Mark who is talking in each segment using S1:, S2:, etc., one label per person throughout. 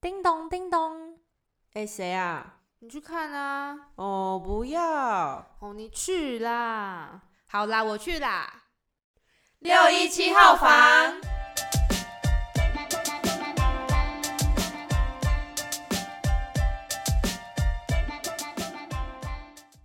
S1: 叮咚叮咚，
S2: 哎，谁啊？
S3: 你去看啊！
S2: 哦，不要。
S3: 哦，你去啦！好啦，我去啦。
S2: 617号房。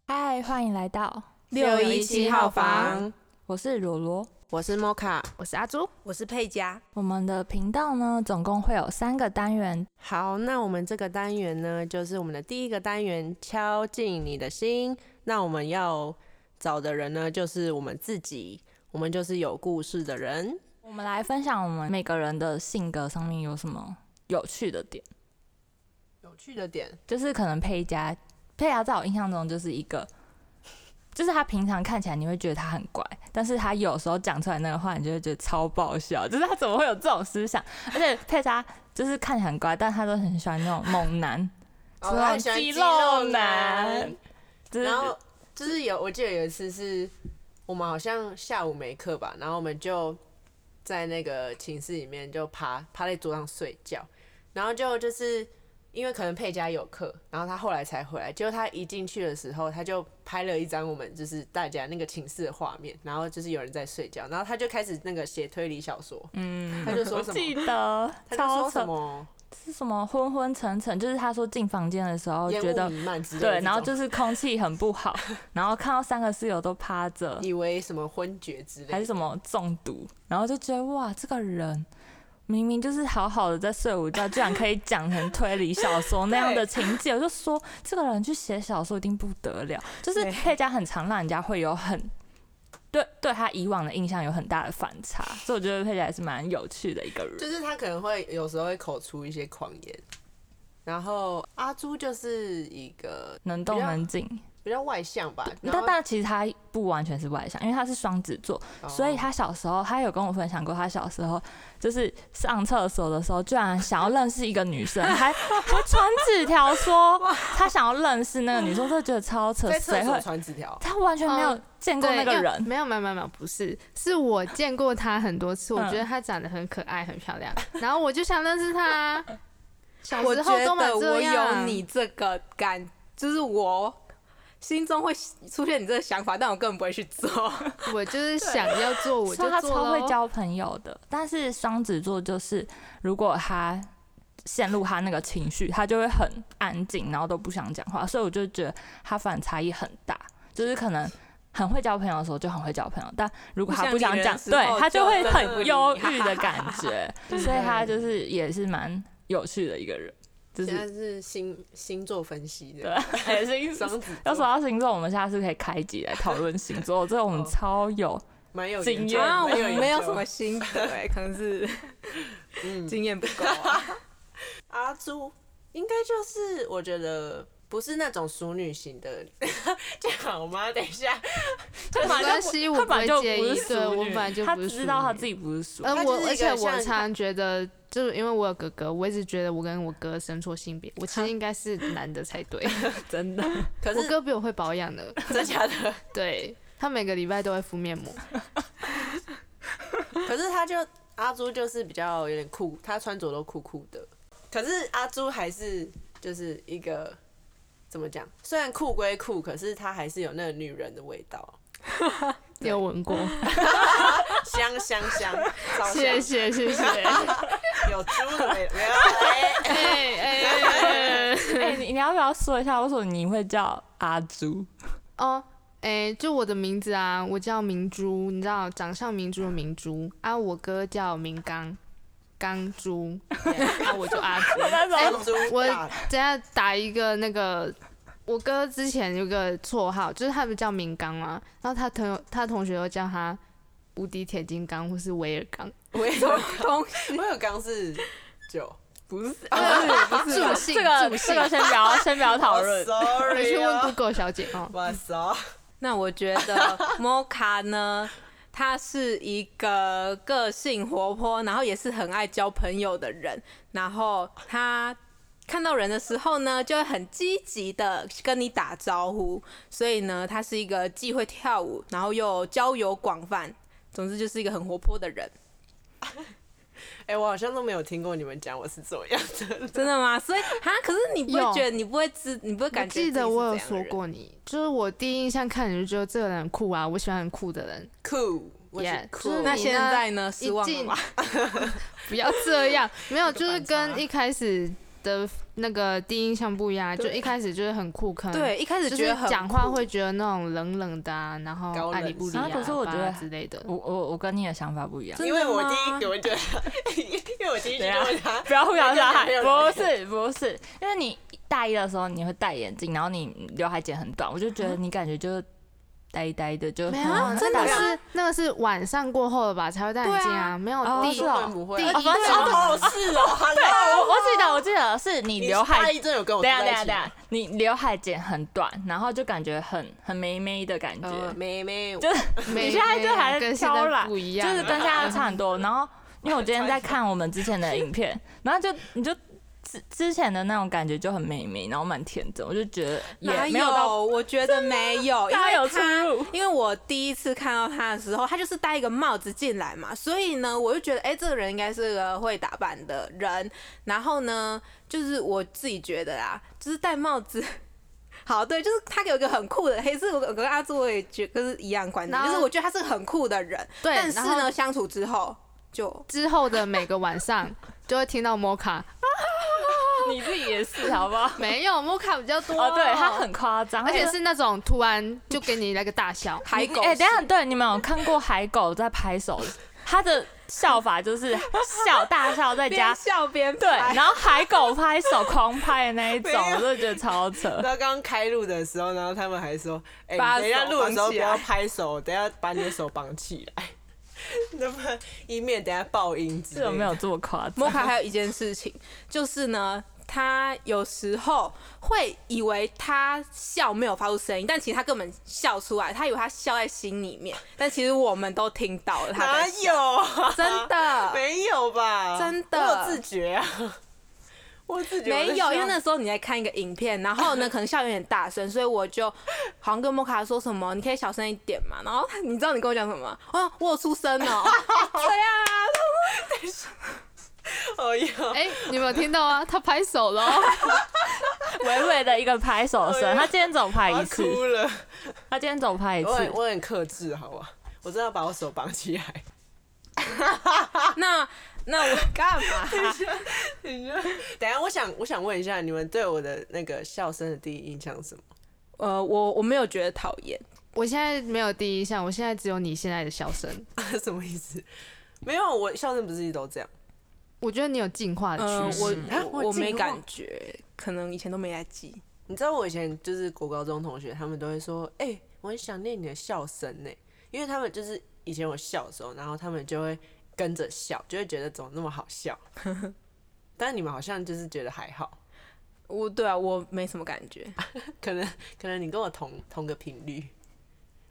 S1: 嗨，欢迎来到，
S3: 617号房，
S1: 我是罗罗。
S2: 我是摩卡。
S3: 我是阿朱，
S4: 我是佩佳，
S1: 我们的频道呢，总共会有三个单元。
S2: 好，那我们这个单元呢，就是我们的第一个单元——敲进你的心。那我们要找的人呢，就是我们自己，我们就是有故事的人。
S1: 我们来分享我们每个人的性格上面有什么有趣的点，
S2: 有趣的点，
S1: 就是可能佩佳，佩佳在我印象中就是一个，就是他平常看起来你会觉得他很乖，但是他有时候讲出来那个话，你就会觉得超爆笑，就是他怎么会有这种思想？而且佩佳就是看起来很乖，但他都很喜欢那种猛男，
S2: 哦
S1: 是
S2: 他
S1: 那
S2: 很
S1: 种
S2: 喜欢
S1: 肌
S2: 肌肉
S1: 肉男
S2: 男，
S1: 就是
S2: 然后就是有，我记得有一次是我们好像下午没课吧，然后我们就在那个寝室里面就趴趴在桌上睡觉，然后就就是因为可能佩佳有课，然后他后来才回来，结果他一进去的时候，他就拍了一张我们就是大家那个寝室的画面，然后就是有人在睡觉，然后他就开始那个写推理小说，
S1: 嗯，
S2: 他就说
S1: 我
S2: 什么
S1: 记得
S2: 他就
S1: 超
S2: 说什
S1: 扯，
S2: 么
S1: 是什么昏昏沉沉，就是他说进房间的时候
S2: 烟
S1: 觉
S2: 雾
S1: 得
S2: 弥漫之类的这
S1: 对，
S2: 种，
S1: 然后就是空气很不好， 然后看到三个室友都趴着，
S2: 以为什么昏厥之类
S1: 还
S2: 的
S1: 是。什么中毒，然后就觉得哇，这个人明明就是好好的在睡午觉，居然可以讲成推理小说那样的情节，我就说这个人去写小说一定不得 了。就是
S2: 对
S1: 佩佳很常让人家会有很对对他以往的印象有很大的反差，所以我觉得佩佳还是蛮有趣的一个人。
S2: 就是他可能会有时候会口出一些狂言，然后阿朱就是一个
S1: 能动
S2: 比较
S1: 能静，
S2: 比较外向吧，然
S1: 但
S2: 后
S1: 但其实他不完全是外向，因为他是双子座，所以
S2: 哦
S1: 他小时候，他有跟我分享过，他小时候就是上厕所的时候，居然想要认识一个女 生，还还传纸条说他想要认识那个女生，就觉得超扯，
S2: 在厕
S1: 谁
S2: 所哦
S1: 会？
S2: 传纸条，
S1: 他完全没有见过
S3: 对，
S1: 那个
S3: 因为
S1: 人，
S3: 没有没有没有没有，不是，是我见过他很多次，我
S1: 嗯
S3: 觉得他长得很可爱，很漂亮，然后我就想认识他。啊小
S4: 我
S3: 时
S4: 觉
S3: 候
S4: 得
S3: 都蛮
S4: 我
S3: 这
S4: 有
S3: 样，
S4: 你这个感，就是我心中会出现你这个想法，但我根本不会去做。
S3: 我就是想要做，我
S1: 所以
S3: 就
S1: 他
S3: 做
S1: 超
S3: 咯
S1: 会交朋友的。但是双子座就是，如果他陷入他那个情绪，他就会很安静，然后都不想讲话。所以我就觉得他反差异很大，就是可能。很会交朋友的时候就很会交朋友，但如果他不想讲，
S4: 不想理人的时
S1: 对
S4: 候
S1: 他就会
S4: 就真的不
S1: 很
S4: 理
S1: 忧郁的 感觉，所以他就是也是蛮有趣的一个人，就
S2: 现在
S1: 是
S2: 是星星座分析
S1: 对
S2: 的，，
S1: 也是一
S2: 双子
S1: 要说
S2: 座
S1: 到星座，我们下次可以开集来讨论星座，这个我们
S4: 哦
S1: 超有
S2: 蛮有
S1: 经
S2: 研究
S1: 验
S4: 啊，我
S2: 蛮有研究
S4: 没有什么心得哎、 可能是
S2: 嗯
S4: 经验不够、啊。
S2: 阿朱应该就是我觉得。不是那种淑女型的， 这样好吗？等一下，
S3: 没
S1: 本来
S3: 关
S1: 就不
S3: 系，
S1: 他
S3: 我
S1: 本来就
S3: 会介
S1: 不
S3: 意
S1: 是，
S3: 对
S1: 淑
S3: 我
S1: 女
S3: 本来就
S1: 他
S3: 不是
S1: 知道他
S3: 己。
S1: 自己不是淑女，
S3: 呃，
S2: 他就是
S3: 我
S2: 一
S3: 而
S2: 个
S3: 且我
S2: 像
S3: 常常觉得，就是因为我有哥哥，我一直觉得我跟我哥生错性别，我其实应该是男的才对。
S1: 真的。
S2: 可
S3: 我
S2: 是
S3: 哥比我会保养的，
S2: 真假的，
S3: 对他每个礼拜都会敷面膜。
S2: 可是他就阿朱就是比较有点酷，他穿着都酷酷的。可是阿朱还是就是一个怎么讲？虽然酷归酷，可是他还是有那个女人的味道，
S3: 你有闻过？
S2: 香香 香，超香
S3: 谢谢谢谢。 哎
S2: 有猪的味道。没有 哎
S3: 哎哎
S1: 哎、你你要不要说一下为什么你会叫阿朱？
S3: 哦。哎、就我的名字啊，我叫明珠，你知道，长相明珠的明珠啊，我哥叫明刚，刚珠， 啊，我就阿珠。
S2: 哎猪
S3: 我
S2: 大
S3: 等一下打一个那个，我哥之前有个绰号，就是他不叫明刚嘛，然后他同友他同学都叫他无敌铁金刚或是威尔刚，
S2: 我有东西，我有刚是酒，
S4: 不是，
S3: 不是助兴
S1: 这个
S3: 助
S1: 这
S3: 兴，
S1: 个先不要先不要讨
S2: 我
S1: 论。
S3: 回
S2: 哦 sorry，
S3: 去问
S2: 哦
S3: Google 小姐哦。
S2: 我 sorry，
S4: 那我觉 得 Mocha 呢，他是一个个性活泼，然后也是很爱交朋友的人。然后他看到人的时候呢，就会很积极的跟你打招呼。所以呢，他是一个既会 跳舞，然后又交友广泛，总之就是一个很活泼的人。
S2: 哎、我好像都没有听过你们讲我是怎么样的。
S4: 真的吗？所以啊，可是你不
S3: 有
S4: 会觉得，你不会知，你不会
S3: 我
S4: 感觉。
S3: 记得我有说，过你，就是我第一印象看你就觉得这个人很酷啊，我喜欢很酷的人。
S2: 酷，我是
S3: Yeah，
S2: 酷
S3: 就是
S4: 那
S3: 你
S4: 现
S3: 呢
S4: 在呢？
S3: 一
S4: 失望了
S3: 进
S4: 吧？
S3: 不要这样，没有，
S2: 个
S3: 就是
S2: 反差
S4: 啊
S3: 跟一开始的那个第一印象不一样，啊就
S2: 对
S3: 一开始就是很酷，可能
S4: 对，一开始
S3: 就
S4: 觉
S3: 是
S4: 得很
S3: 讲话
S4: 酷
S3: 会觉得那种冷冷的啊，然后
S2: 高
S3: 爱理
S2: 冷
S3: 不理
S1: 啊可是我觉
S3: 巴拉
S1: 得
S3: 之类的。
S1: 我我我跟你的想法不一样，
S4: 真的
S2: 因为我
S4: 吗
S2: 第一个我觉得， 因为我第一句就问他，
S1: 不要互相伤害。
S2: 没有没有
S1: 不是不是，因为你大一的时候你会戴眼镜，然后你刘海剪很短，我就觉得你感觉就是呆呆啊的，就
S3: 啊没
S1: 很
S3: 有，真
S1: 大
S3: 的
S1: 家
S3: 是啊那个是晚上过后了吧才会戴眼镜
S4: 对
S3: 啊，没有
S1: 哦
S3: 第
S1: 是哦
S2: 会不会？
S3: 第一
S1: 哦反正
S3: 周
S4: 啊
S2: 哦，是 哦，对
S1: 我我记得我记得是你刘
S2: 大
S1: 海，
S2: 一真有跟我
S1: 等一
S4: 啊
S1: 下等一下等一
S2: 下，
S1: 下，你刘海剪很短，然后就感觉很很妹妹的感觉，
S4: 啊
S3: 嗯
S2: 呃，妹妹，
S1: 就
S3: 没
S1: 你现在就还在
S3: 没跟现
S1: 挑
S3: 在
S1: 染
S3: 不一
S1: 就
S3: 样，
S1: 是跟现在差很多。然 后因为我今天在看我们之前的影片，然后就你就之之前的那种感觉就很美美，然后蛮甜的，我就觉得也
S4: 哪
S1: 没有到啊
S4: 有，我觉得没有，因
S1: 大家
S4: 为
S1: 有出
S4: 他
S1: 入
S4: 因为我第一次看到他的时候，他就是戴一个帽子进来嘛，所以呢，我就觉得，哎、这个人应该是个会打扮的人。然后呢，就是我自己觉得啊，就是戴帽子。 好，对，就是他有一个很酷的，黑色，我我跟阿朱我也觉得是一样观点，
S3: 然后
S4: 就是我觉得他是个很酷的人，
S3: 对
S4: 但是
S3: 然后
S4: 呢，相处之后就
S3: 之后的每个晚上就会听到摩卡，
S1: 你自己也是好不好？
S3: 没有摩卡比较多
S1: 哦，对他很夸张，
S3: 而且是那种突然就给你来个大笑，
S4: 海狗
S1: 哎、等一下，对，你们有看过海狗在拍手，它的笑法就是笑大笑，再
S4: 边
S1: 加
S4: 笑边
S1: 对，
S4: 拍
S1: 然后海狗拍手狂拍的那一种，
S2: 没有
S1: 我就觉得超扯。
S2: 然后刚刚开录的时候，然后他们还 说：“哎、
S4: 把
S2: 你等一下
S4: 手
S2: 录的时候
S4: 绑
S2: 不
S4: 起来
S2: 要拍手，等一下把你的手绑起来， 那么以免等一下爆音之
S1: 这
S2: 类的。”
S1: 有没有这么夸张？
S4: 摩卡还有一件事情，就是呢，他有时候会以为他笑没有发出声音，但其实他根本笑出来，他以为他笑在心里面，但其实我们都听到了他
S2: 哪
S4: 在
S2: 有啊？
S4: 真的
S2: 没有吧？
S4: 真的
S2: 我有自觉啊， 我自觉我在
S4: 没有，因为
S2: 笑
S4: 那时候你在看一个影片，然后呢可能笑有点大声，所以我就好像跟摩卡说什么，你可以小声一点嘛，然后他你知道你跟我讲什么？哦，我有出声 哦，这样啊，
S2: 哦 哟，
S3: 哎、你们有听到啊？他拍手了哦，
S1: 微微的一个拍手
S2: 哎
S1: 声，
S2: 呀
S1: 他今天总拍
S2: 我要
S1: 一次，
S2: 哭了。
S1: 他今天总拍一
S2: 我很
S1: 次。
S2: 我很克制，好不好？我真的要把我手绑起来。
S4: 那那我干嘛？
S2: 等一下，我想我想问一下，你们对我的那个笑声的第一印象是什么？
S4: 呃，我我没有觉得讨厌，
S3: 我现在没有第一印象，我现在只有你现在的笑声。
S2: 什么意思？没有，我笑声不是一直都这样。
S3: 我觉得你有进化的
S4: 嗯
S3: 趋，势、
S4: 我
S2: 啊我
S4: 我我没
S2: 进化
S4: 感觉，可能以前都没来记。
S2: 你知道我以前就是国高中同学，他们都会说：“哎、我很想念你的笑声呢、因为他们就是以前我笑的时候，然后他们就会跟着笑，就会觉得怎么那么好 笑。但你们好像就是觉得还好，
S4: 我对啊，我没什么感觉。
S2: 可能可能你跟我同同个频率。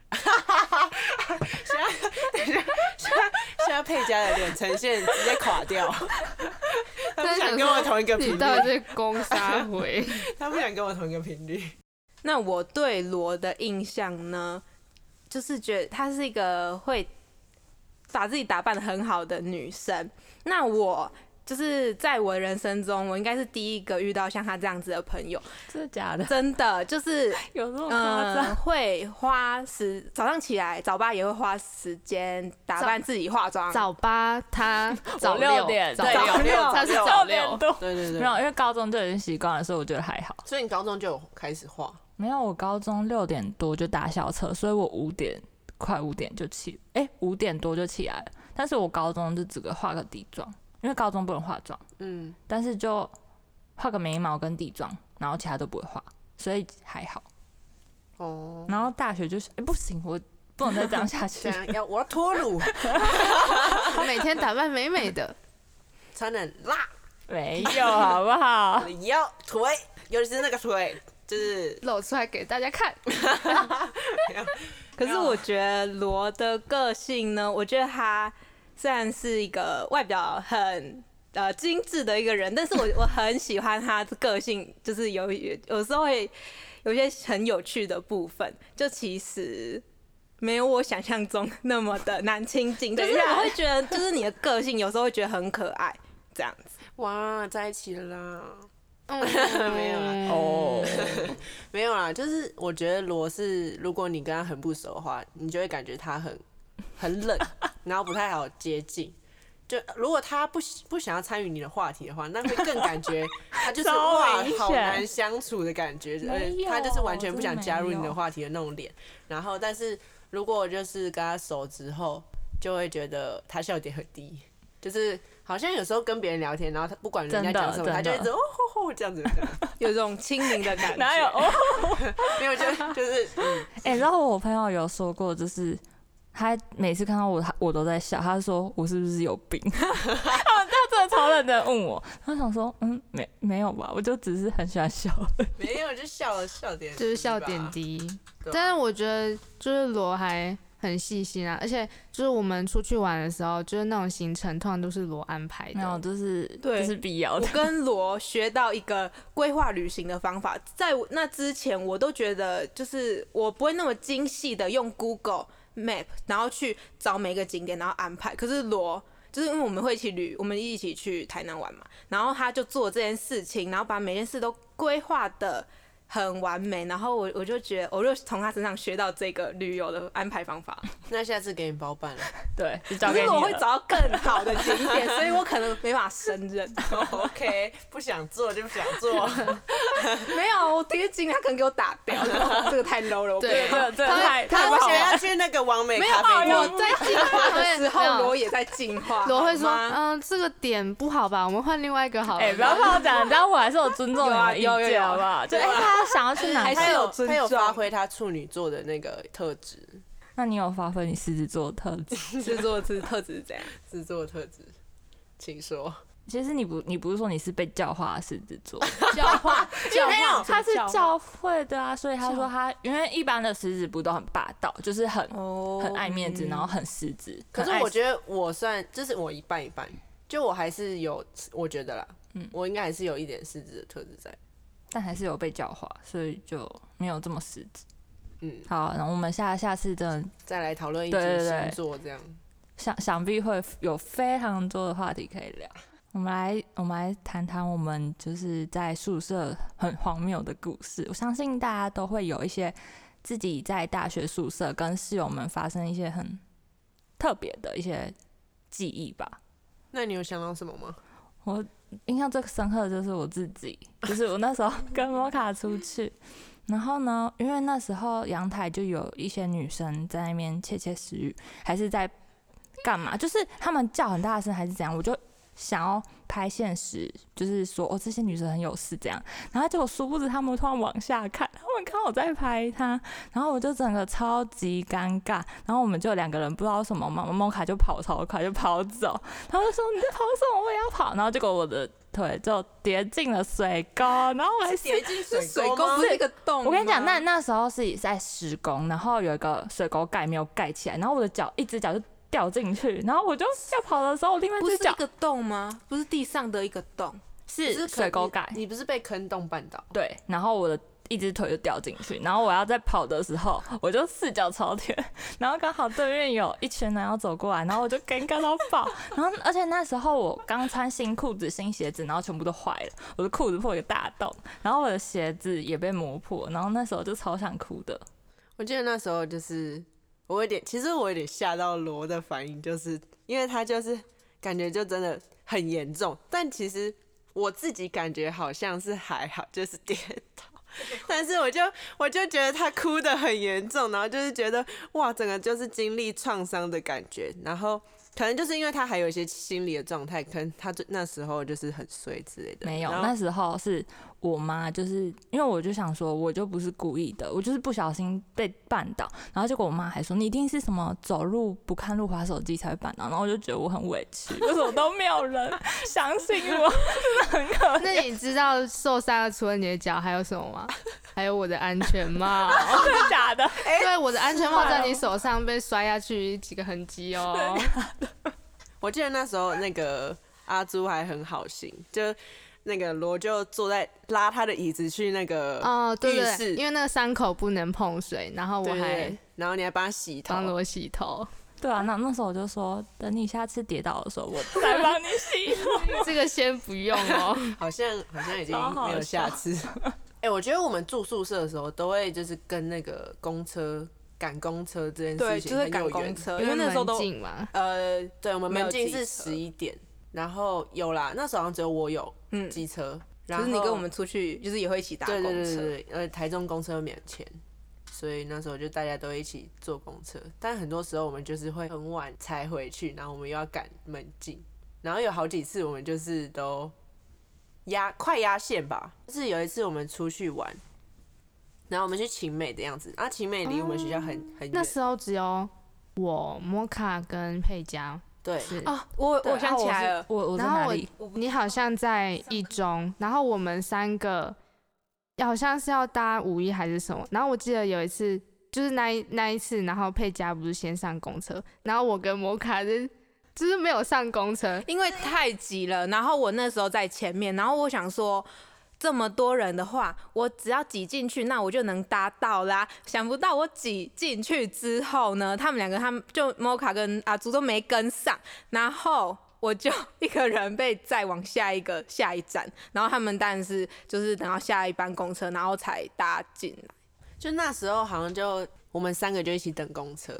S2: 现在等一下现在现在佩佳的脸呈现直接垮掉，他
S3: 但
S2: 不
S3: 是
S2: 想
S3: 想
S2: 跟我同一个
S1: 呃
S3: 说
S2: 频
S3: 你到底
S2: 率，
S3: 在攻杀回？
S2: 他不想跟我同一个频率。
S4: 那我对罗的印象呢，就是觉得她是一个会把自己打扮的很好的女生。那我就是在我的人生中，我应该是第一个遇到像她这样子的朋友，
S1: 真的假的？
S4: 真的就是
S1: 有这么夸张？
S4: 嗯，会花时早上起来早八也会花时间打扮自己化妆，
S3: 早八他早
S1: 我六点
S3: 早
S1: 对
S3: 六
S1: 早
S2: 六
S3: 他是
S2: 早
S3: 早
S1: 六
S3: 六
S1: 点，多。
S2: 对对对，
S1: 没有，因为高中就已经习惯了，所以我觉得还好。
S2: 所以你高中就有开始画。
S1: 没有，我高中六点多就打校车，所以我五点快五点就起，哎、五点多就起来了。但是我高中就只个化个底妆，因为高中不能化妆，
S2: 嗯，
S1: 但是就画个眉毛跟底妆，然后其他都不会画，所以还好。
S2: 哦，
S1: 然后大学就是，哎、不行，我不能再这样下去
S2: 这。样要我要脱乳，
S3: 他每天打扮美美的，
S2: 穿的辣，
S1: 没有，好不好？
S2: 我要腿，尤其是那个腿，就是
S3: 露出来给大家 看。
S4: 可是我觉得罗的个性呢，我觉得他虽然是一个外表很呃精致的一个人，但是我 我很喜欢他的个性，就是有有时候会有一些很有趣的部分。就其实没有我想象中那么的难亲近，就是我
S1: 啊
S4: 会觉得，就是你的个性有时候会觉得很可爱，这样子。
S2: 哇，在一起了啦。
S3: 嗯没
S2: 有啦
S1: 哦，
S2: 没有啦，就是我觉得罗是，如果你跟他很不熟的话，你就会感觉他很很 冷，然后不太好接近。就如果他不喜不想要参与你的话题的话，那会更 感觉他就是
S1: 超
S2: 哇
S1: 明，
S2: 好
S1: 显
S2: 难相处的感觉，
S1: 没
S2: 而且
S1: 有
S2: 他就是完全不
S1: 真
S2: 想
S1: 的
S2: 加入
S1: 没
S2: 你的
S1: 有
S2: 话题的那种脸。然后，但是如果就是跟他熟之后，就会觉得他笑点很低，就是好像有时候跟别人聊天，然后他不管人家
S1: 真的
S2: 讲什么，他就一
S1: 真的
S2: 直哦吼吼这样子，这样子
S4: 有种亲民的感 觉。
S1: 哪有？哦，
S2: 没有就就是嗯
S1: 哎、然后我朋友有说过，就是他每次看到我，他我都在笑，他说我是不是有病？ 他真的超认真地问我，他想说，嗯，没没有吧，我就只是很喜欢笑。
S2: 没有，就笑了笑点，
S3: 就是笑点。低
S2: 对。
S3: 但是我觉得就是罗还很细心啊，而且就是我们出去玩的时候，就是那种行程通常都是罗安排
S1: 没有，
S3: 的。
S1: 就是
S4: 对
S1: 这是必要
S4: 我
S1: 的。
S4: 跟罗学到一个规划旅行的方法，在我那之前，我都觉得就是我不会那么精细的用 Google Map，然后去找每个景点，然后安排。可是罗。就是因为我们会一起旅，我们一起去台南玩嘛，然后他就做这件事情，然后把每件事都规划的很完美，然后我我就觉得，我哦就从他身上学到这个旅游的安排方法。
S2: 那下次给你包办了，
S1: 对，就交
S4: 可
S1: 给你
S4: 是
S1: 了。
S4: 我会找到更好的景点，所以我可能没办法胜任。 哦
S2: OK，不想做就不想 做，
S4: 没有，我第一进他可能给我打掉了，这个太 low 了。我不
S3: 对
S1: 这 个真的太
S2: 他
S1: 太不
S2: 们
S1: 好
S2: 想
S1: 玩。
S2: 要去那个完美
S4: 没有
S2: 咖
S4: 好
S2: 啡
S4: 我
S2: 厅，
S4: 在进化的时
S3: 没
S4: 候，
S3: 有
S4: 罗也在进化。
S3: 罗会说，
S4: 好吗
S3: 嗯、这个点不好吧，我们换另外一个好了。
S1: 哎、不要怕我讲，这样我还是有尊重你
S4: 有啊
S1: 们的
S4: 有有
S1: 意见，
S4: 有
S1: 好不好？就
S4: 对
S1: 哎、
S4: 啊
S1: 他想要去哪
S4: 还
S1: 里？
S4: 是
S2: 他有
S4: 尊
S2: 他有
S4: 重
S2: 发挥他处女座的那个特质，
S1: 那你有发挥你狮子座的特质？
S4: 制作是特质是这样。
S2: 制作特质，请说。
S1: 其实你不，你不是说你是被教化的狮子座，
S4: 教化，教
S1: 没
S2: 哦
S1: 有，
S4: 化，
S1: 他是
S4: 教
S1: 教会的啊，所以他说他，因为一般的狮子不都很霸道，就是很
S4: 哦
S1: 很爱面子，然后很狮子。
S2: 嗯可是
S1: 很爱
S2: 我觉得我算，就是我一半一半，就我还是有，我觉得啦，
S1: 嗯
S2: 我应该还是有一点狮子的特质在。
S1: 但还是有被教化，所以就没有这么狮子。
S2: 嗯，
S1: 好，然后我们下下次真的
S2: 再来讨论一集
S1: 对对对
S2: 星座这样。
S1: 想想必会有非常多的话题可以聊。我们来，我们来谈谈我们就是在宿舍很荒谬的故事。我相信大家都会有一些自己在大学宿舍跟室友们发生一些很特别的一些记忆吧。
S2: 那你有想到什么吗？
S1: 我印象最深刻的就是我自己，就是我那时候 跟摩卡出去，然后呢，因为那时候阳台就有一些女生在那边窃窃私语，还是在干嘛？就是他们叫很大声还是怎样，我就想要拍现实，就是说哦这些女生很有事这样，然后结果殊不知他们突然往下看，他们看我在拍她，然后我就整个超级尴尬，然后我们就两个人不知道什么嘛，摩卡就跑超快就跑走，他就说你在跑什么？我也要跑。然后结果我的腿就跌进了水沟，然后我还是。
S2: 进
S4: 是水沟不是一个洞吗。
S1: 我跟你讲，那那时候是在施工，然后有一个水沟盖没有盖起来，然后我的脚一只脚就掉进去，然后我就要跑的时候，我另外一
S4: 不是
S1: 只
S4: 一
S1: 脚
S4: 个洞吗？不是地上的一个洞。
S1: 是水沟盖，
S2: 你不是被坑洞绊倒？
S1: 对，然后我的一只腿就掉进去，然后我要在跑的时候，我就四脚朝天，然后刚好对面有一群男友走过来，然后我就尴尬到爆，然后而且那时候我刚穿新裤子、新鞋子，然后全部都坏了，我的裤子破一个大洞，然后我的鞋子也被磨破，然后那时候就超想哭的，
S2: 我记得那时候就是我有点，其实我有点吓到罗的反应，就是因为他就是感觉就真的很严重，但其实我自己感觉好像是还好，就是跌倒。 但是我就我就觉得他哭得很严重，然后就是觉得哇，整个就是经历创伤的感觉，然后可能就是因为他还有一些心理的状态，可能他就那时候就是很衰之类的。
S1: 没有，
S2: 然后
S1: 那时候是我妈，就是因为我就想说，我就不是故意的，我就是不小心被绊倒，然后结果我妈还说你一定是什么走路不看路、滑手机才会绊倒，然后我就觉得我很委屈， 为什么都没有人相信我， 真的很可
S3: 那你知道受伤的除了你的脚还有什么吗？还有我的安全帽，
S1: 真的假的？
S3: 对，我的安全帽在你手上被摔下去几个痕迹哦。
S2: 我记得那时候那个阿朱还很好心，就那个罗就坐在拉他的椅子去那个
S3: 哦，对
S2: 浴
S3: 对，
S2: 室，
S3: 对因为那个伤口不能碰水，然后我
S2: 对对
S3: 还
S2: 对然后你还帮他洗头
S3: 帮，我洗头。
S1: 对啊，那那时候我就说，等你下次跌倒的时候，我再帮你洗。
S3: 这个先不用哦。
S2: 好像好像已经
S1: 超好
S2: 没有下 次。哎、我觉得我们住宿舍的时候都会就是跟那个公车赶公车这件
S4: 对，
S2: 事
S4: 就
S2: 情
S4: 是
S2: 很
S4: 赶
S2: 有
S4: 公
S2: 缘。
S4: 车， 因为那时候都
S3: 门禁嘛，
S2: 呃，对，我们
S4: 没有
S2: 门禁
S4: 机
S2: 是
S4: 车
S2: 十一点，然后有啦，那时候好像只有我有
S4: 嗯，
S2: 机车，然
S4: 就
S2: 后
S4: 是你跟我们出去，就是也会一起搭
S2: 对
S4: 公
S2: 对对
S4: 车。
S2: 对，对呃，台中公车免钱，所以那时候就大家都一起坐公车，但很多时候我们就是会很晚才回去，然后我们又要赶门禁，然后有好几次我们就是都压快压线吧，就是有一次我们出去玩。然后我们去晴美的样子，啊，晴美离我们学校很、很
S3: 那
S2: 远，
S3: 时候只有我、摩卡跟佩佳
S2: 对，
S3: 是。
S4: 哦，我
S1: 对
S4: 我想起来了，
S1: 我我在
S3: 然后
S1: 哪
S3: 我
S1: 里？
S3: 你好像在一中，然后我们三个好像是要搭五一还是什么，然后我记得有一次就是那一那一次，然后佩佳不是先上公车，然后我跟摩卡是就是没有上公车，
S4: 因为太急了，然后我那时候在前面，然后我想说。这么多人的话，我只要挤进去，那我就能搭到啦。想不到我挤进去之后呢，他们两个，他们就 m 卡跟阿朱都没跟上，然后我就一个人被载往下一个下一站，然后他们当然是就是等到下一班公车，然后才搭进来。
S2: 就那时候好像就我们三个就一起等公车，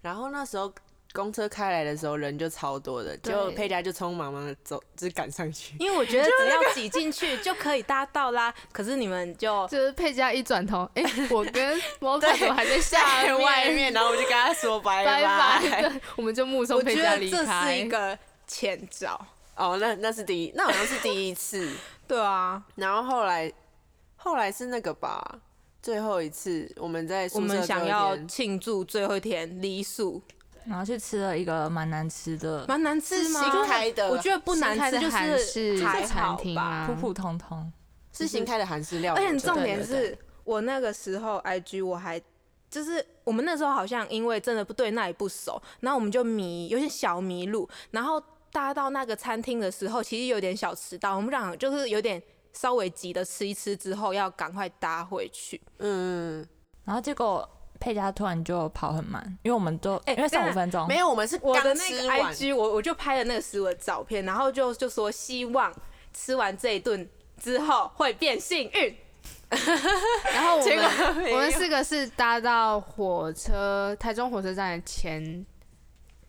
S2: 然后那时候公车开来的时候人就超多的，
S3: 对
S2: 结果佩佳就匆忙忙的走，就是赶上去。
S4: 因为我觉得只要挤进去就可以搭到啦，可是你们就
S3: 就是佩佳一转头， 哎、我跟摩卡怎么还在下
S2: 在外
S3: 面？
S2: 面，然后我就跟他说拜
S3: 拜拜，
S2: 拜。
S3: 对我们就目送
S4: 我
S3: 佩
S4: 觉
S3: 佳
S4: 得
S3: 离
S4: 这是
S3: 开
S4: 一。个前兆。
S2: 哦，那那是第一，那好像是第一次。
S4: 对啊，
S2: 然后后来，后来是那个吧，最后一次我们在宿
S4: 我
S2: 舍
S4: 们
S2: 隔
S4: 想要
S2: 天
S4: 庆祝最后一天离宿，
S1: 然后去吃了一个蛮难吃的，
S4: 呃蛮难吃
S2: 是
S4: 吗？
S2: 新开的
S4: 我觉得不难
S3: 新开
S4: 吃，
S3: 的
S4: 就
S3: 韩式
S4: 是还
S3: 餐
S4: 好
S3: 厅啊
S4: 吧。
S3: 吗？
S1: 普普通通。
S2: 是新开的韩式料
S4: 而
S2: 理，
S4: 且
S2: 我记得
S4: 重点
S1: 对
S2: 嗯
S4: 是我那个时候 IG 我还就是我们那时候好像因为真的不对那里不熟，然后我们就迷有点小迷路，然后搭到那个餐厅的时候，其实有点小迟到，我们俩就是有点稍微急的吃一吃之后，要赶快搭回去。
S2: 嗯，
S1: 然后结果佩佳突然就跑很慢，因为我们都、
S4: 哎
S1: 因为剩五分钟，
S2: 没有，我们是
S4: 我的
S2: 刚
S4: 那
S2: 吃
S4: 个
S2: 完，
S4: IG，我我就拍了那个食物的照片，然后就就说希望吃完这一顿之后会变幸运。
S3: 然后我
S2: 结
S3: 们
S2: 果没有
S3: 我们四个是搭到火车台中火车站的前，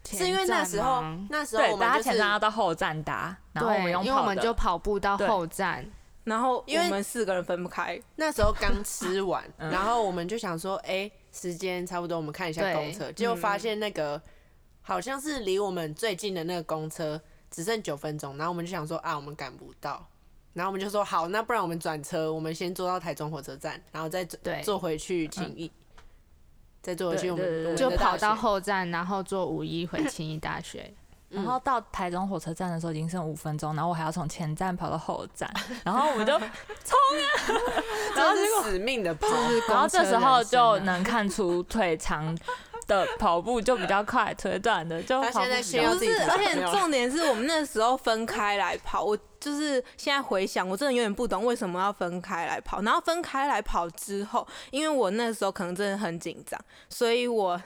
S2: 是因为那时候
S3: 前站吗
S2: 那时候
S1: 对
S2: 我，们
S1: 大家
S2: 就是
S1: 前站要到后站搭，然后我们
S3: 对，
S1: 用
S3: 因为我
S1: 跑
S3: 们
S1: 的，
S3: 就跑步到
S1: 对
S3: 后站，
S4: 然后
S2: 因为
S4: 我们四个人分不开，
S2: 那时候刚吃完，
S1: 嗯
S2: 然后我们就想说，哎、时间差不多，我们看一下
S3: 对
S2: 公车，结果发现那个、
S1: 嗯
S2: 好像是离我们最近的那个公车只剩九分钟，然后我们就想说啊，我们赶不到，然后我们就说好，那不然我们转车，我们先坐到台中火车站，然后再坐
S3: 对
S2: 坐回去景义，再坐回去我们
S1: 对对对
S2: 我们
S3: 就
S2: 的大
S3: 跑到
S2: 学
S3: 后站，然后坐五一回清一大学。
S1: 然后到台中火车站的时候已经剩五分钟，然后我还要从前站跑到后站，然后我们就， 然后
S2: 这
S1: 结果
S2: 是死命的跑，
S1: 然后这时候就
S3: 能
S1: 能看出腿长的跑步就比较快，腿短的就
S2: 他
S1: 跑步
S2: 现在
S1: 比
S2: 炫
S1: 较
S2: 耀
S1: 慢
S2: 自
S4: 不
S2: 己
S4: 是，
S2: 跑
S4: 而且
S2: 没有
S4: 重点是我们那时候分开来跑，我就是现在回想，我真的有点不懂为什么要分开来跑。然后分开来跑之后，因为我那时候可能真的很紧张，所以我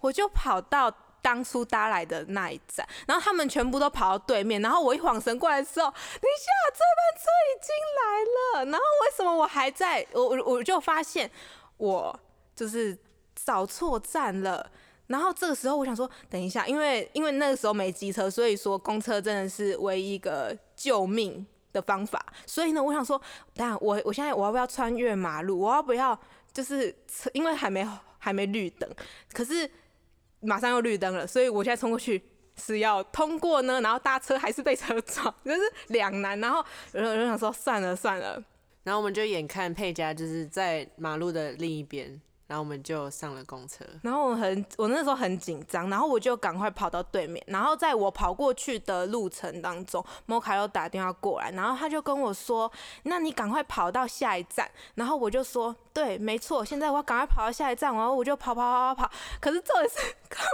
S4: 我就跑到。当初搭来的那一站，然后他们全部都跑到对面，然后我一晃神过来的时候，等一下这班车已经来了，然后为什么我还在？我我我就发现我就是找错站了，然后这个时候我想说，等一下，因为因为那个时候没机车，所以说公车真的是唯一一个救命的方法。所以呢，我想说，等下我我现在我要不要穿越马路？我要不要就是车因为还没还没绿灯，可是马上又绿灯了，所以我现在冲过去。是要通过呢，然后搭车还是被车撞，就是两难。然后 我就我就想说，算了算了，
S2: 然后我们就眼看佩佳就是在马路的另一边，然后我们就上了公车。
S4: 然后我很，我那时候很紧张，然后我就赶快跑到对面。然后在我跑过去的路程当中，摩卡又打电话过来，然后他就跟我说：“那你赶快跑到下一站。”然后我就说：“对，没错，现在我要赶快跑到下一站。”然后我就跑跑跑跑跑，可是重点是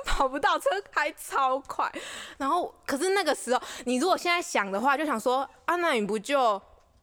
S4: 跑不到，车开超快。然后，可是那个时候，你如果现在想的话，就想说：“啊，那你不就？”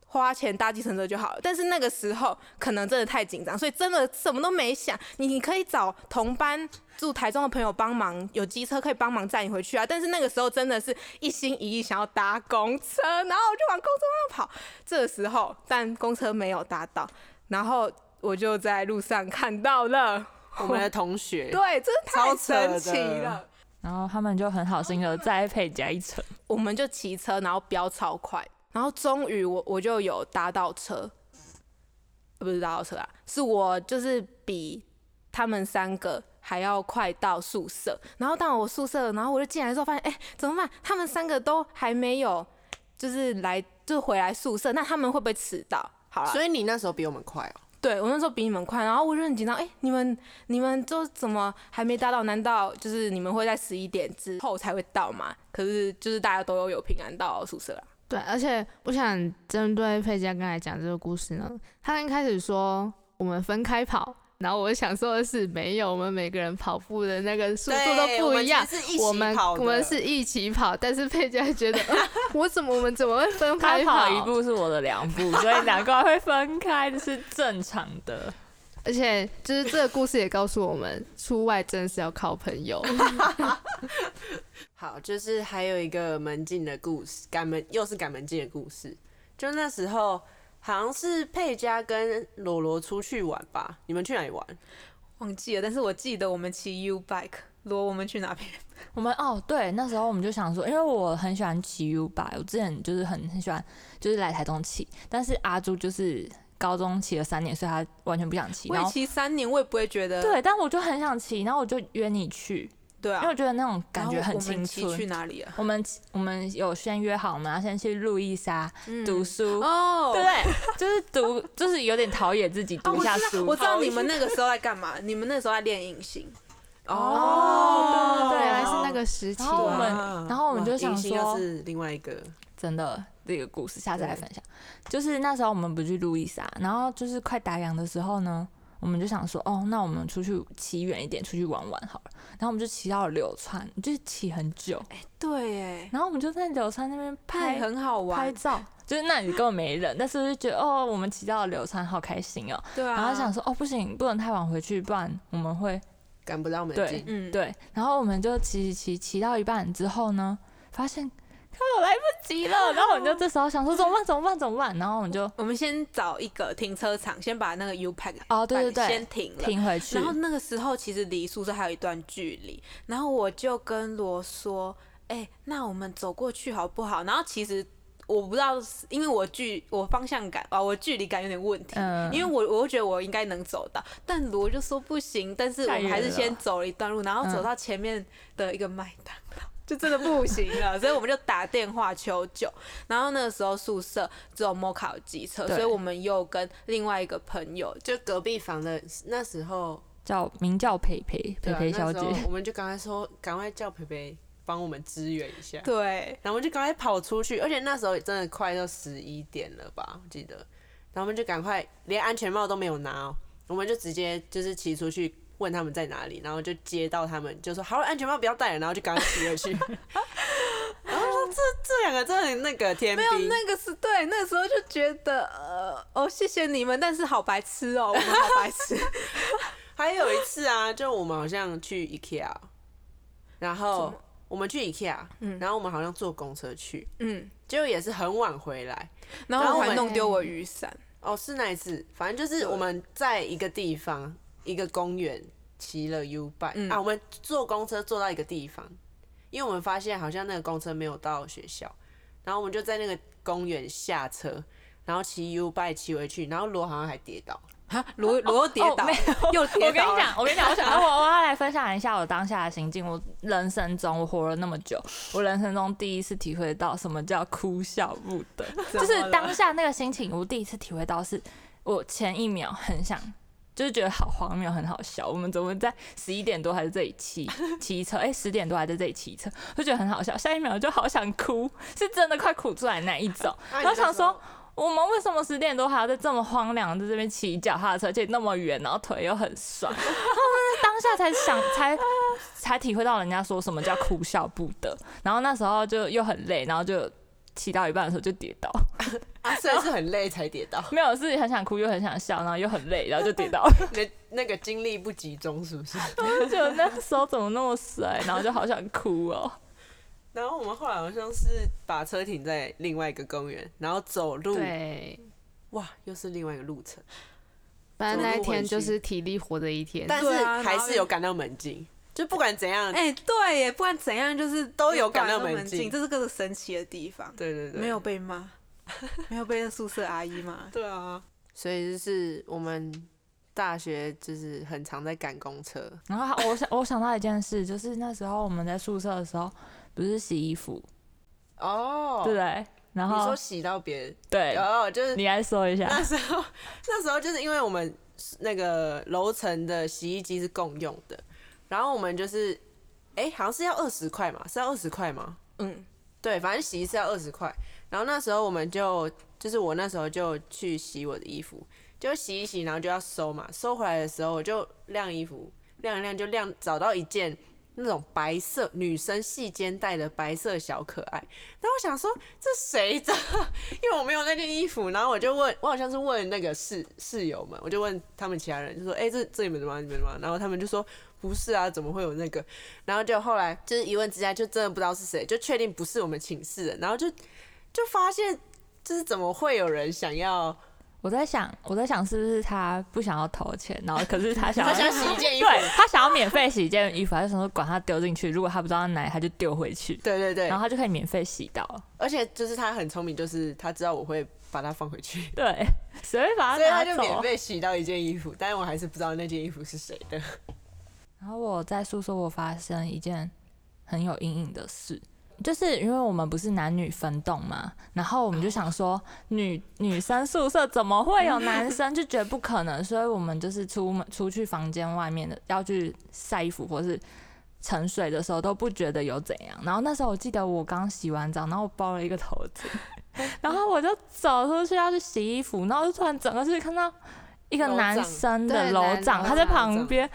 S4: 花钱搭计程车就好了。但是那个时候可能真的太紧张，所以真的什么都没想。你你可以找同班住台中的朋友帮忙，有机车可以帮忙载你回去啊。但是那个时候真的是一心一意想要搭公车，然后我就往公车上跑。这个时候，但公车没有搭到，然后我就在路上看到了。
S2: 我们的同 学，
S4: 对，真的太
S2: 超扯
S4: 神
S2: 的
S4: 奇了。
S1: 然后他们就很好心的再配加一层，
S4: 我们就骑车，然后飙超快，然后终于我我就有搭到车，呃不是搭到车啊，是我就是比他们三个还要快到宿舍，然后到我宿舍，然后我就进来之后发现，哎、怎么办？他们三个都还没有，就是来就回来宿舍，那他们会不会迟到？好了，
S2: 所以你那时候比我们快哦、
S4: 对我那时候比你们快，然后我就很紧张。哎、你们你们都怎么还没搭到？难道就是你们会在十一点之后才会到吗？可是就是大家都有有平安到宿舍啦。啊
S3: 对，而且我想针对佩佳刚才讲这个故事呢，他刚开始说我们分开跑，然后我想说的是，没有，我们每个人跑步的那个速度都不一样。我们我们是一起跑，但是佩佳觉得、呃我怎么我们怎么会分
S1: 他
S3: 开
S1: 跑一步是我的两步，所以难怪会分开，这是正常的。
S3: 而且就是这个故事也告诉我们，出外真的是要靠朋友。
S2: 好，就是还有一个门禁的故事，赶门又是赶门禁的故事。就那时候好像是佩佳跟罗罗出去玩吧，你们去哪里玩？
S4: 忘记了，但是我记得我们骑 U bike，罗我们去哪边？
S1: 我们哦，对，那时候我们就想说，因为我很喜欢骑 U 吧，我之前就是很很喜欢，就是来台中骑，但是阿朱就是高中骑了三年，所以他完全不想骑。
S4: 我
S1: 然
S4: 也
S1: 后
S4: 骑三年，我也不会觉得
S1: 对，但我就很想骑，然后我就约你去，
S4: 对
S1: 因
S4: 啊
S1: 为我，觉得那种感觉
S4: 然后
S1: 很
S4: 我们
S1: 青
S4: 骑去
S1: 春。
S4: 哪里啊？
S1: 我们我们有先约好，我们要先去路易莎
S4: 嗯
S1: 读书，
S4: 哦，
S1: 对不对？就是读，就是有点陶冶自己，
S4: 哦
S1: 读一下书。
S4: 我知道你们那个时候在干嘛，你们那时候在练 隐形。
S1: 哦对
S3: 原来是那个时期
S1: 然后我
S3: 啊，
S1: 们然后我们就想
S2: 隐形又
S1: 说
S2: 是另外一个，
S1: 真的这个故事，下次来分享。就是那时候我们不去路易莎，然后就是快打烊的时候呢，我们就想说，哦，那我们出去骑远一点，出去玩玩好了。然后我们就骑到了柳川，就是骑很久，
S4: 哎对，耶，
S1: 然后我们就在柳川那边
S4: 派
S1: 拍
S4: 很好
S1: 拍
S4: 玩，
S1: 照，就是那里根本没人，但是就觉得哦，我们骑到了柳川，好开心哦。
S4: 对啊。
S1: 然后想说，哦，不行，不能太晚回去，不然我们会
S2: 赶不到门
S1: 对
S2: 禁。
S4: 嗯，
S1: 对，然后我们就骑骑骑骑到一半之后呢，发现看我来不及了，然后我们就这时候想说怎么办怎么办怎么办，然后我们就
S4: 我们先找一个停车场，先把那个 U Pack
S1: 哦对对对
S4: 先停了。
S1: 停回去，
S4: 然后那个时候其实离宿舍还有一段距离，然后我就跟罗说：“哎、那我们走过去好不好？”然后其实我不知道是，因为我距我方向感啊，我距离感有点问题，
S1: 嗯
S4: 因为我我就觉得我应该能走到，但罗就说不行，但是我
S1: 太
S4: 们还
S1: 远
S4: 是先
S1: 了
S4: 走了一段路，然后走
S1: 嗯
S4: 到前面的一个麦当劳，就真的不行了，所以我们就打电话求救。然后那个时候宿舍只有摩卡有机车，
S1: 对
S4: 所以我们又跟另外一个朋友
S2: 就隔壁房的那时候，
S1: 叫名叫培培培
S2: 对啊
S1: 培
S2: 那
S1: 小
S2: 时
S1: 姐
S2: 候，我们就赶快说，赶快叫培培帮我们支援一下。
S4: 对。
S2: 然后我们就赶快跑出去，而且那时候也真的快到十一点了吧，我记得。然后我们就赶快，连安全帽都没有拿哦，我们就直接就是骑出去问他们在哪里，然后就接到他们，就说好了，安全帽不要戴了，然后就赶快骑回去。 然后说这这两个真的很那个天
S4: 没有
S2: 兵，
S4: 那个是对，那时候就觉得呃哦，谢谢你们，但是好白痴哦，我们好白痴。
S2: 还有一次啊，就我们好像去 IKEA，然
S4: 什
S2: 后
S4: 么
S2: 我们去 IKEA，
S4: 嗯
S2: 然后我们好像坐公车去，
S4: 嗯，
S2: 结果也是很晚回来。然
S4: 然后
S2: 后
S4: 我
S2: 我
S4: 还
S2: 们
S4: 弄丢我雨伞，
S2: 哦，是那一次，反正就是我们在一个地方，一个公园骑了 U bike、
S4: 嗯
S2: 啊，我们坐公车坐到一个地方，因为我们发现好像那个公车没有到学校，然后我们就在那个公园下车，然后骑 U bike 骑回去，然后罗好像还跌倒，
S4: 哈，罗罗又跌
S1: 哦
S4: 倒
S1: 没，
S4: 又 跌
S1: 我跟
S4: 倒
S1: 你
S4: 了。
S1: 讲，我跟你讲，我想要我我要来分享一下我当下的心境。我人生中我活了那么久，我人生中第一次体会到什么叫哭笑不得，就
S4: 怎么
S1: 是
S4: 了
S1: 当下那个心情，我第一次体会到是，我前一秒很想。就是觉得好荒谬，很好笑。我们怎么在十一点多还在这里骑 骑车？哎、1十点多还在这里骑车，就觉得很好笑。下一秒就好想哭，是真的快哭出来那一种。
S2: 然
S1: 然后想说，我们为什么十点多还要在这么荒凉的在这边骑脚踏车，而且那么远，然后腿又很酸，然后当下才想才才体会到人家说什么叫哭笑不得，然后那时候就又很累，然后就骑到一半的时候就跌倒，
S2: 啊，所以是很累才跌倒，
S1: 没有是很想哭又很想笑，然后又很累，然后就跌 倒。
S2: 那那个精力不集中是不是？
S1: 就觉得那时候怎么那么衰，然后就好想哭哦。
S2: 然后我们后来好像是把车停在另外一个公园，然后走路，
S3: 对，
S2: 哇，又是另外一个路程，
S3: 反正那
S2: 走
S3: 一
S2: 路回
S3: 天就
S2: 去
S3: 是体力活的一天。
S2: 但
S4: 对
S2: 是
S4: 啊
S2: 还
S4: 然后
S2: 是有赶到门禁，就不管怎样，
S4: 哎、对耶，不管怎样就是
S2: 都有赶到
S4: 到
S2: 门
S4: 门
S2: 禁
S4: 这是个神奇的地方。
S2: 对对对，
S4: 没有被骂，没有被那宿舍阿姨骂。
S2: 对啊，所以就是我们大学就是很常在赶公车，
S1: 然后我想我想到一件事，就是那时候我们在宿舍的时候，不是洗衣服，
S2: 哦
S1: 对不对？然
S2: 你
S1: 后
S2: 说洗到别
S1: 对
S2: 人，，哦，就是
S1: 你来说一下，
S2: 那时候那时候就是因为我们那个楼层的洗衣机是共用的，然后我们就是哎、好像是要二十块嘛，是要二十块吗？
S4: 嗯，
S2: 对，反正洗一次要二十块。然后那时候我们就，就是我那时候就去洗我的衣服，就洗一洗，然后就要收嘛。收回来的时候，我就晾衣服，晾一晾就晾，找到一件那种白色女生细肩带的白色小可爱。但我想说这谁的？因为我没有那件衣服，然后我就问，我好像是问那个室室友们，我就问他们其他人，就说：“哎、这这你们怎么啊？你们怎么啊？”然后他们就说：“不是啊，怎么会有那个？”然后就后来就是一问之下，就真的不知道是谁，就确定不是我们寝室的，然后就就发现，就是怎么会有人想要
S1: 我在想，我在想是不是他不想要投钱，然后可是他想要，
S2: 他想洗一件衣服
S1: 对他想要免费洗一件衣服，他就想说管他丢进去，如果他不知道哪里，他就丢回去，
S2: 对对对
S1: 然，后他就可以免费洗到。
S2: 而且就是他很聪明，就是他知道我会把它放回去，
S1: 对，谁会把
S2: 所以
S1: 它拿
S2: 他就免
S1: 走？
S2: 费洗到一件衣服，但是我还是不知道那件衣服是谁的。
S1: 然后我在宿舍，我发生一件很有阴影的事，就是因为我们不是男女分栋嘛，然后我们就想说女女生宿舍怎么会有男生，就觉得不可能，所以我们就是出门出去房间外面的要去晒衣服或是盛水的时候都不觉得有怎样。然后那时候我记得我刚洗完澡，然后我包了一个头巾，然后我就走出去要去洗衣服，然后就突然整个是看到。一个
S2: 楼
S1: 男
S2: 长
S1: 生的
S3: 对
S1: 楼
S3: 男
S1: 长，
S3: 楼
S1: 他在
S3: 长
S1: 旁边，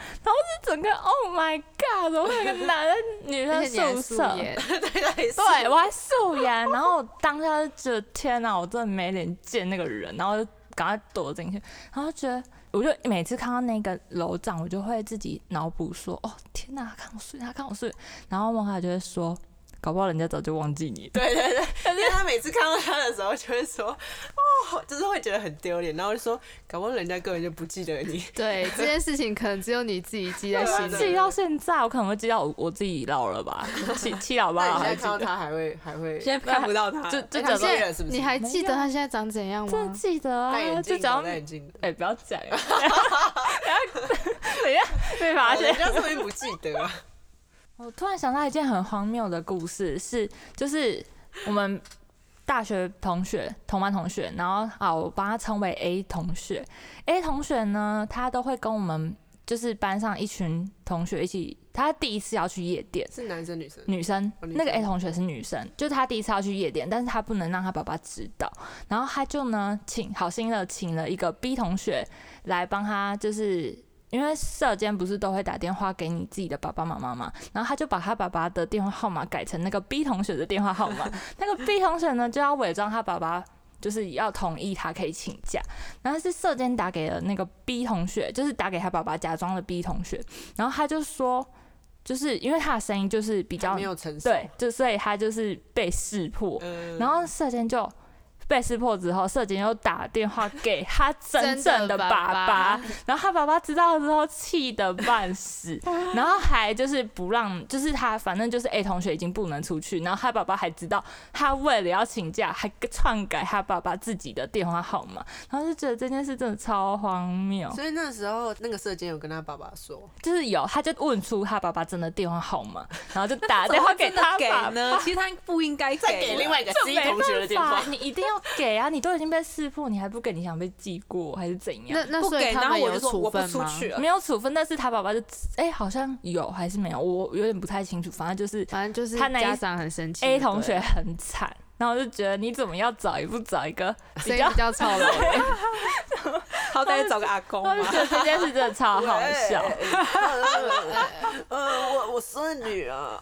S1: 整个 Oh my God，怎么会有个男的女
S3: 而且你还
S1: 生宿
S3: 素
S1: 舍？
S3: 颜，
S2: 对对
S1: 对，我还素颜， 然后我当下就觉得天哪，我真的没脸见那个人，然后就赶快躲进去，然后觉得我就每次看到那个楼长，我就会自己脑补说，哦天哪，他看我睡，他看我睡，然后梦卡就会说，搞不好人家早就忘记你了。
S2: 对对对，但是他每次看到他的时候，就会说：“哦，就是会觉得很丢脸。”然后就说：“搞不好人家根本就不记得你。
S3: 对这件事情，可能只有你自己记在
S2: 对啊
S3: 心
S2: 对
S3: 里。
S1: 记到现在，我可能会记到我我自己老了吧，七七老”八
S2: 那
S1: 老
S2: 你
S1: 还
S2: 现在
S1: 记
S2: 看到
S1: 得，
S2: 他还会还会
S4: 现在看不到他，
S1: 就就
S2: 哎他
S1: 假装
S2: 现在了是不是
S3: 你还记得他现在长怎样
S1: 真的
S3: 吗？
S1: 记得
S2: 戴
S1: 啊，
S2: 眼
S1: 就
S2: 镜
S1: 只
S2: 的，
S1: 要
S2: 戴眼镜的。
S1: 哎、不要讲啊， 等一下，等一下被发
S2: 哦人
S1: 现。
S2: 家说明不记得 啊。
S1: 我突然想到一件很荒谬的故事，是就是我们大学同学同班同学，然后啊，我把他称为 A 同学。A 同学呢，他都会跟我们就是班上一群同学一起，他第一次要去夜店。
S2: 是男生女生？
S1: 女生，
S2: 哦女生
S1: 那个 A 同学是女生，就是她第一次要去夜店，但是她不能让她爸爸知道，然后她就呢请好心的请了一个 B 同学来帮她，就是因为社监不是都会打电话给你自己的爸爸妈妈嘛，然后她就把她爸爸的电话号码改成那个 B 同学的电话号码，那个 B 同学呢就要伪装他爸爸。就是要同意他可以请假，然后是社监打给了那个 B 同学，就是打给他爸爸假装的 B 同学，然后他就说，就是因为他的声音就是比较
S2: 还没有成熟。
S1: 对，就所以他就是被识破，
S2: 嗯，
S1: 然后射箭就被识破之后，射箭又打电话给他真
S3: 真
S1: 正
S3: 的
S1: 的
S3: 爸
S1: 爸
S3: 爸
S1: 爸，然后他爸爸知道之后气得半死，然后还就是不让，就是他反正就是 A 同学已经不能出去，然后他爸爸还知道他为了要请假，还篡改他爸爸自己的电话号码，然后就觉得这件事真的超荒谬，
S2: 所以那时候那个社监有跟他爸爸说，
S1: 就是有他就问出他爸爸真的电话号码，然后就打电话给
S4: 怎
S1: 他
S4: 么会真的
S1: 爸爸。
S4: 给呢？其实他不应该
S2: 再给哎另
S4: 外
S2: 外一个
S1: 就
S2: C
S1: 没
S2: 同学的电
S1: 办
S2: 话
S1: 法，。你一定要给啊！你都已经被识破，你还不给，你想被记过还是怎
S3: 那
S1: 样？
S3: 那
S4: 不
S3: 所以
S4: 给，
S3: 他
S4: 然后
S3: 们
S4: 我就
S3: 有
S4: 说
S3: 处
S4: 我不
S3: 分
S4: 出
S3: 吗？
S4: 去 了。
S1: 没有处分，但是他爸爸就哎、好像有还是没有，我有点不太清楚。反正就是
S3: 反正就是
S1: 他那一
S3: 家长很生气。
S1: A
S3: 对
S1: 同学很惨， 然后我就觉得你怎么要找也不找一个比
S3: 声音
S1: 较
S3: 比较吵了，
S4: 好歹也找个阿 公
S1: 我就
S4: 嘛
S1: 觉。得这件事真的超好笑。
S2: 呃，我我孙女 啊，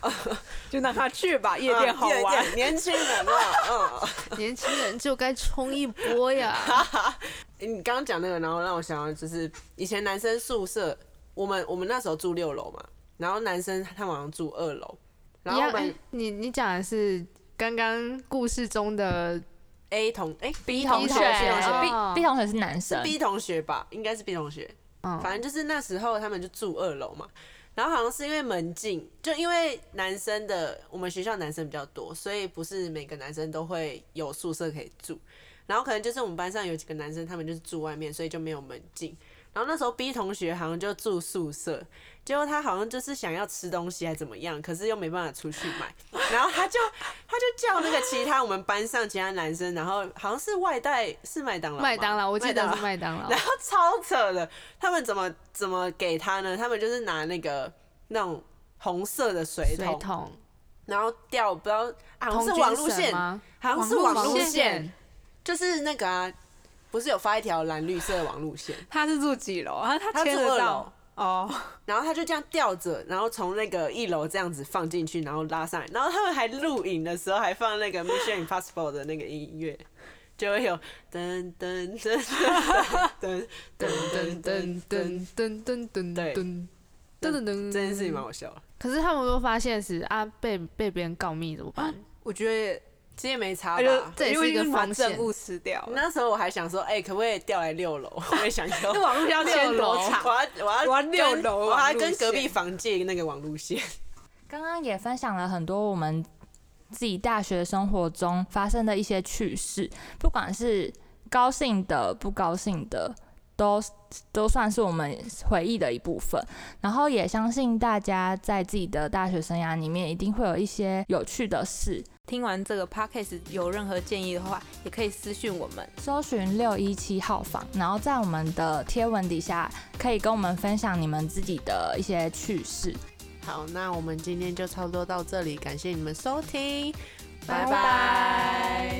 S4: 就让他去吧，夜店 好玩。，
S2: 年轻人啊，
S3: 年轻人就该冲一波 呀！
S2: 嗯，你刚刚讲那个，然后让我想到就是以前男生宿舍，我们我们那时候住六楼嘛，然后男生他们好像住二楼，然
S3: 你
S2: 后
S3: 要哎
S2: 我们
S3: 你你讲的是刚刚故事中的
S2: A 同哎
S1: B
S3: 同
S1: 同
S3: 学
S1: 学啊
S3: 哦
S1: ，B B 同学是男生，
S2: B 同学吧，应该是 B 同学，
S3: 嗯
S2: 反正就是那时候他们就住二楼嘛，然后好像是因为门禁，就因为男生的我们学校男生比较多，所以不是每个男生都会有宿舍可以住，然后可能就是我们班上有几个男生他们就是住外面，所以就没有门禁。然后那时候 B 同学好像就住宿舍，结果他好像就是想要吃东西还怎么样，可是又没办法出去买，然后他就他就叫那个其他我们班上其他男生，然后好像是外带是麦当劳吗，
S3: 麦当劳，我记
S2: 麦当
S3: 得
S2: 劳
S3: 是 麦当劳
S2: 然。后超扯的，他们怎么怎么给他呢？他们就是拿那个那种红色的水
S3: 水
S2: 桶，
S3: 桶，
S2: 然后吊不知道，啊好像
S3: 童
S2: 是
S3: 军
S2: 网路
S3: 绳
S2: 线，好
S3: 吗？
S2: 像是
S3: 网
S2: 网
S3: 路
S2: 路
S3: 线
S2: 线，就是那个啊，不是有发一条蓝绿色的网路线，
S4: 他是住几楼？啊，他
S2: 他住
S4: 签
S2: 二
S4: 得
S2: 楼
S4: 到。哦，
S2: 然后他就这样吊着，然后从那个一楼这样子放进去，然后拉上来，然后他们还录影的时候还放那个 Mission Impossible 的那个音乐。就会有噔噔噔噔噔噔噔噔，
S3: 噔噔噔噔噔噔
S2: 对
S3: 噔噔噔噔，
S2: 这件事情蛮好笑的。
S3: 可是他们都发现是啊，被被别人告密怎么办？
S4: 我觉得
S2: 其实也没差
S4: 他就
S2: 吧。
S3: 这也是一个
S4: 因为已经把
S3: 风险
S4: 证物吃掉了。
S2: 那时候我还想说，哎、可不可以调来六楼？ 我也想要。
S4: 那网络要签多
S2: 我
S4: 长？
S2: 要我要
S4: 我要
S2: 跟
S4: 六楼
S2: 我还
S4: 网路
S2: 跟隔壁
S4: 线
S2: 房借那个网路线。
S1: 刚刚也分享了很多我们自己大学生活中发生的一些趣事，不管是高兴的、不高兴的，都都算是我们回忆的一部分。然后也相信大家在自己的大学生涯里面，一定会有一些有趣的事。
S4: 听完这个 podcast 有任何建议的话，也可以私讯我们。
S1: 搜寻六一七号房，然后在我们的贴文底下，可以跟我们分享你们自己的一些趣事。
S2: 好，那我们今天就差不多到这里，感谢你们收听，拜
S1: 拜拜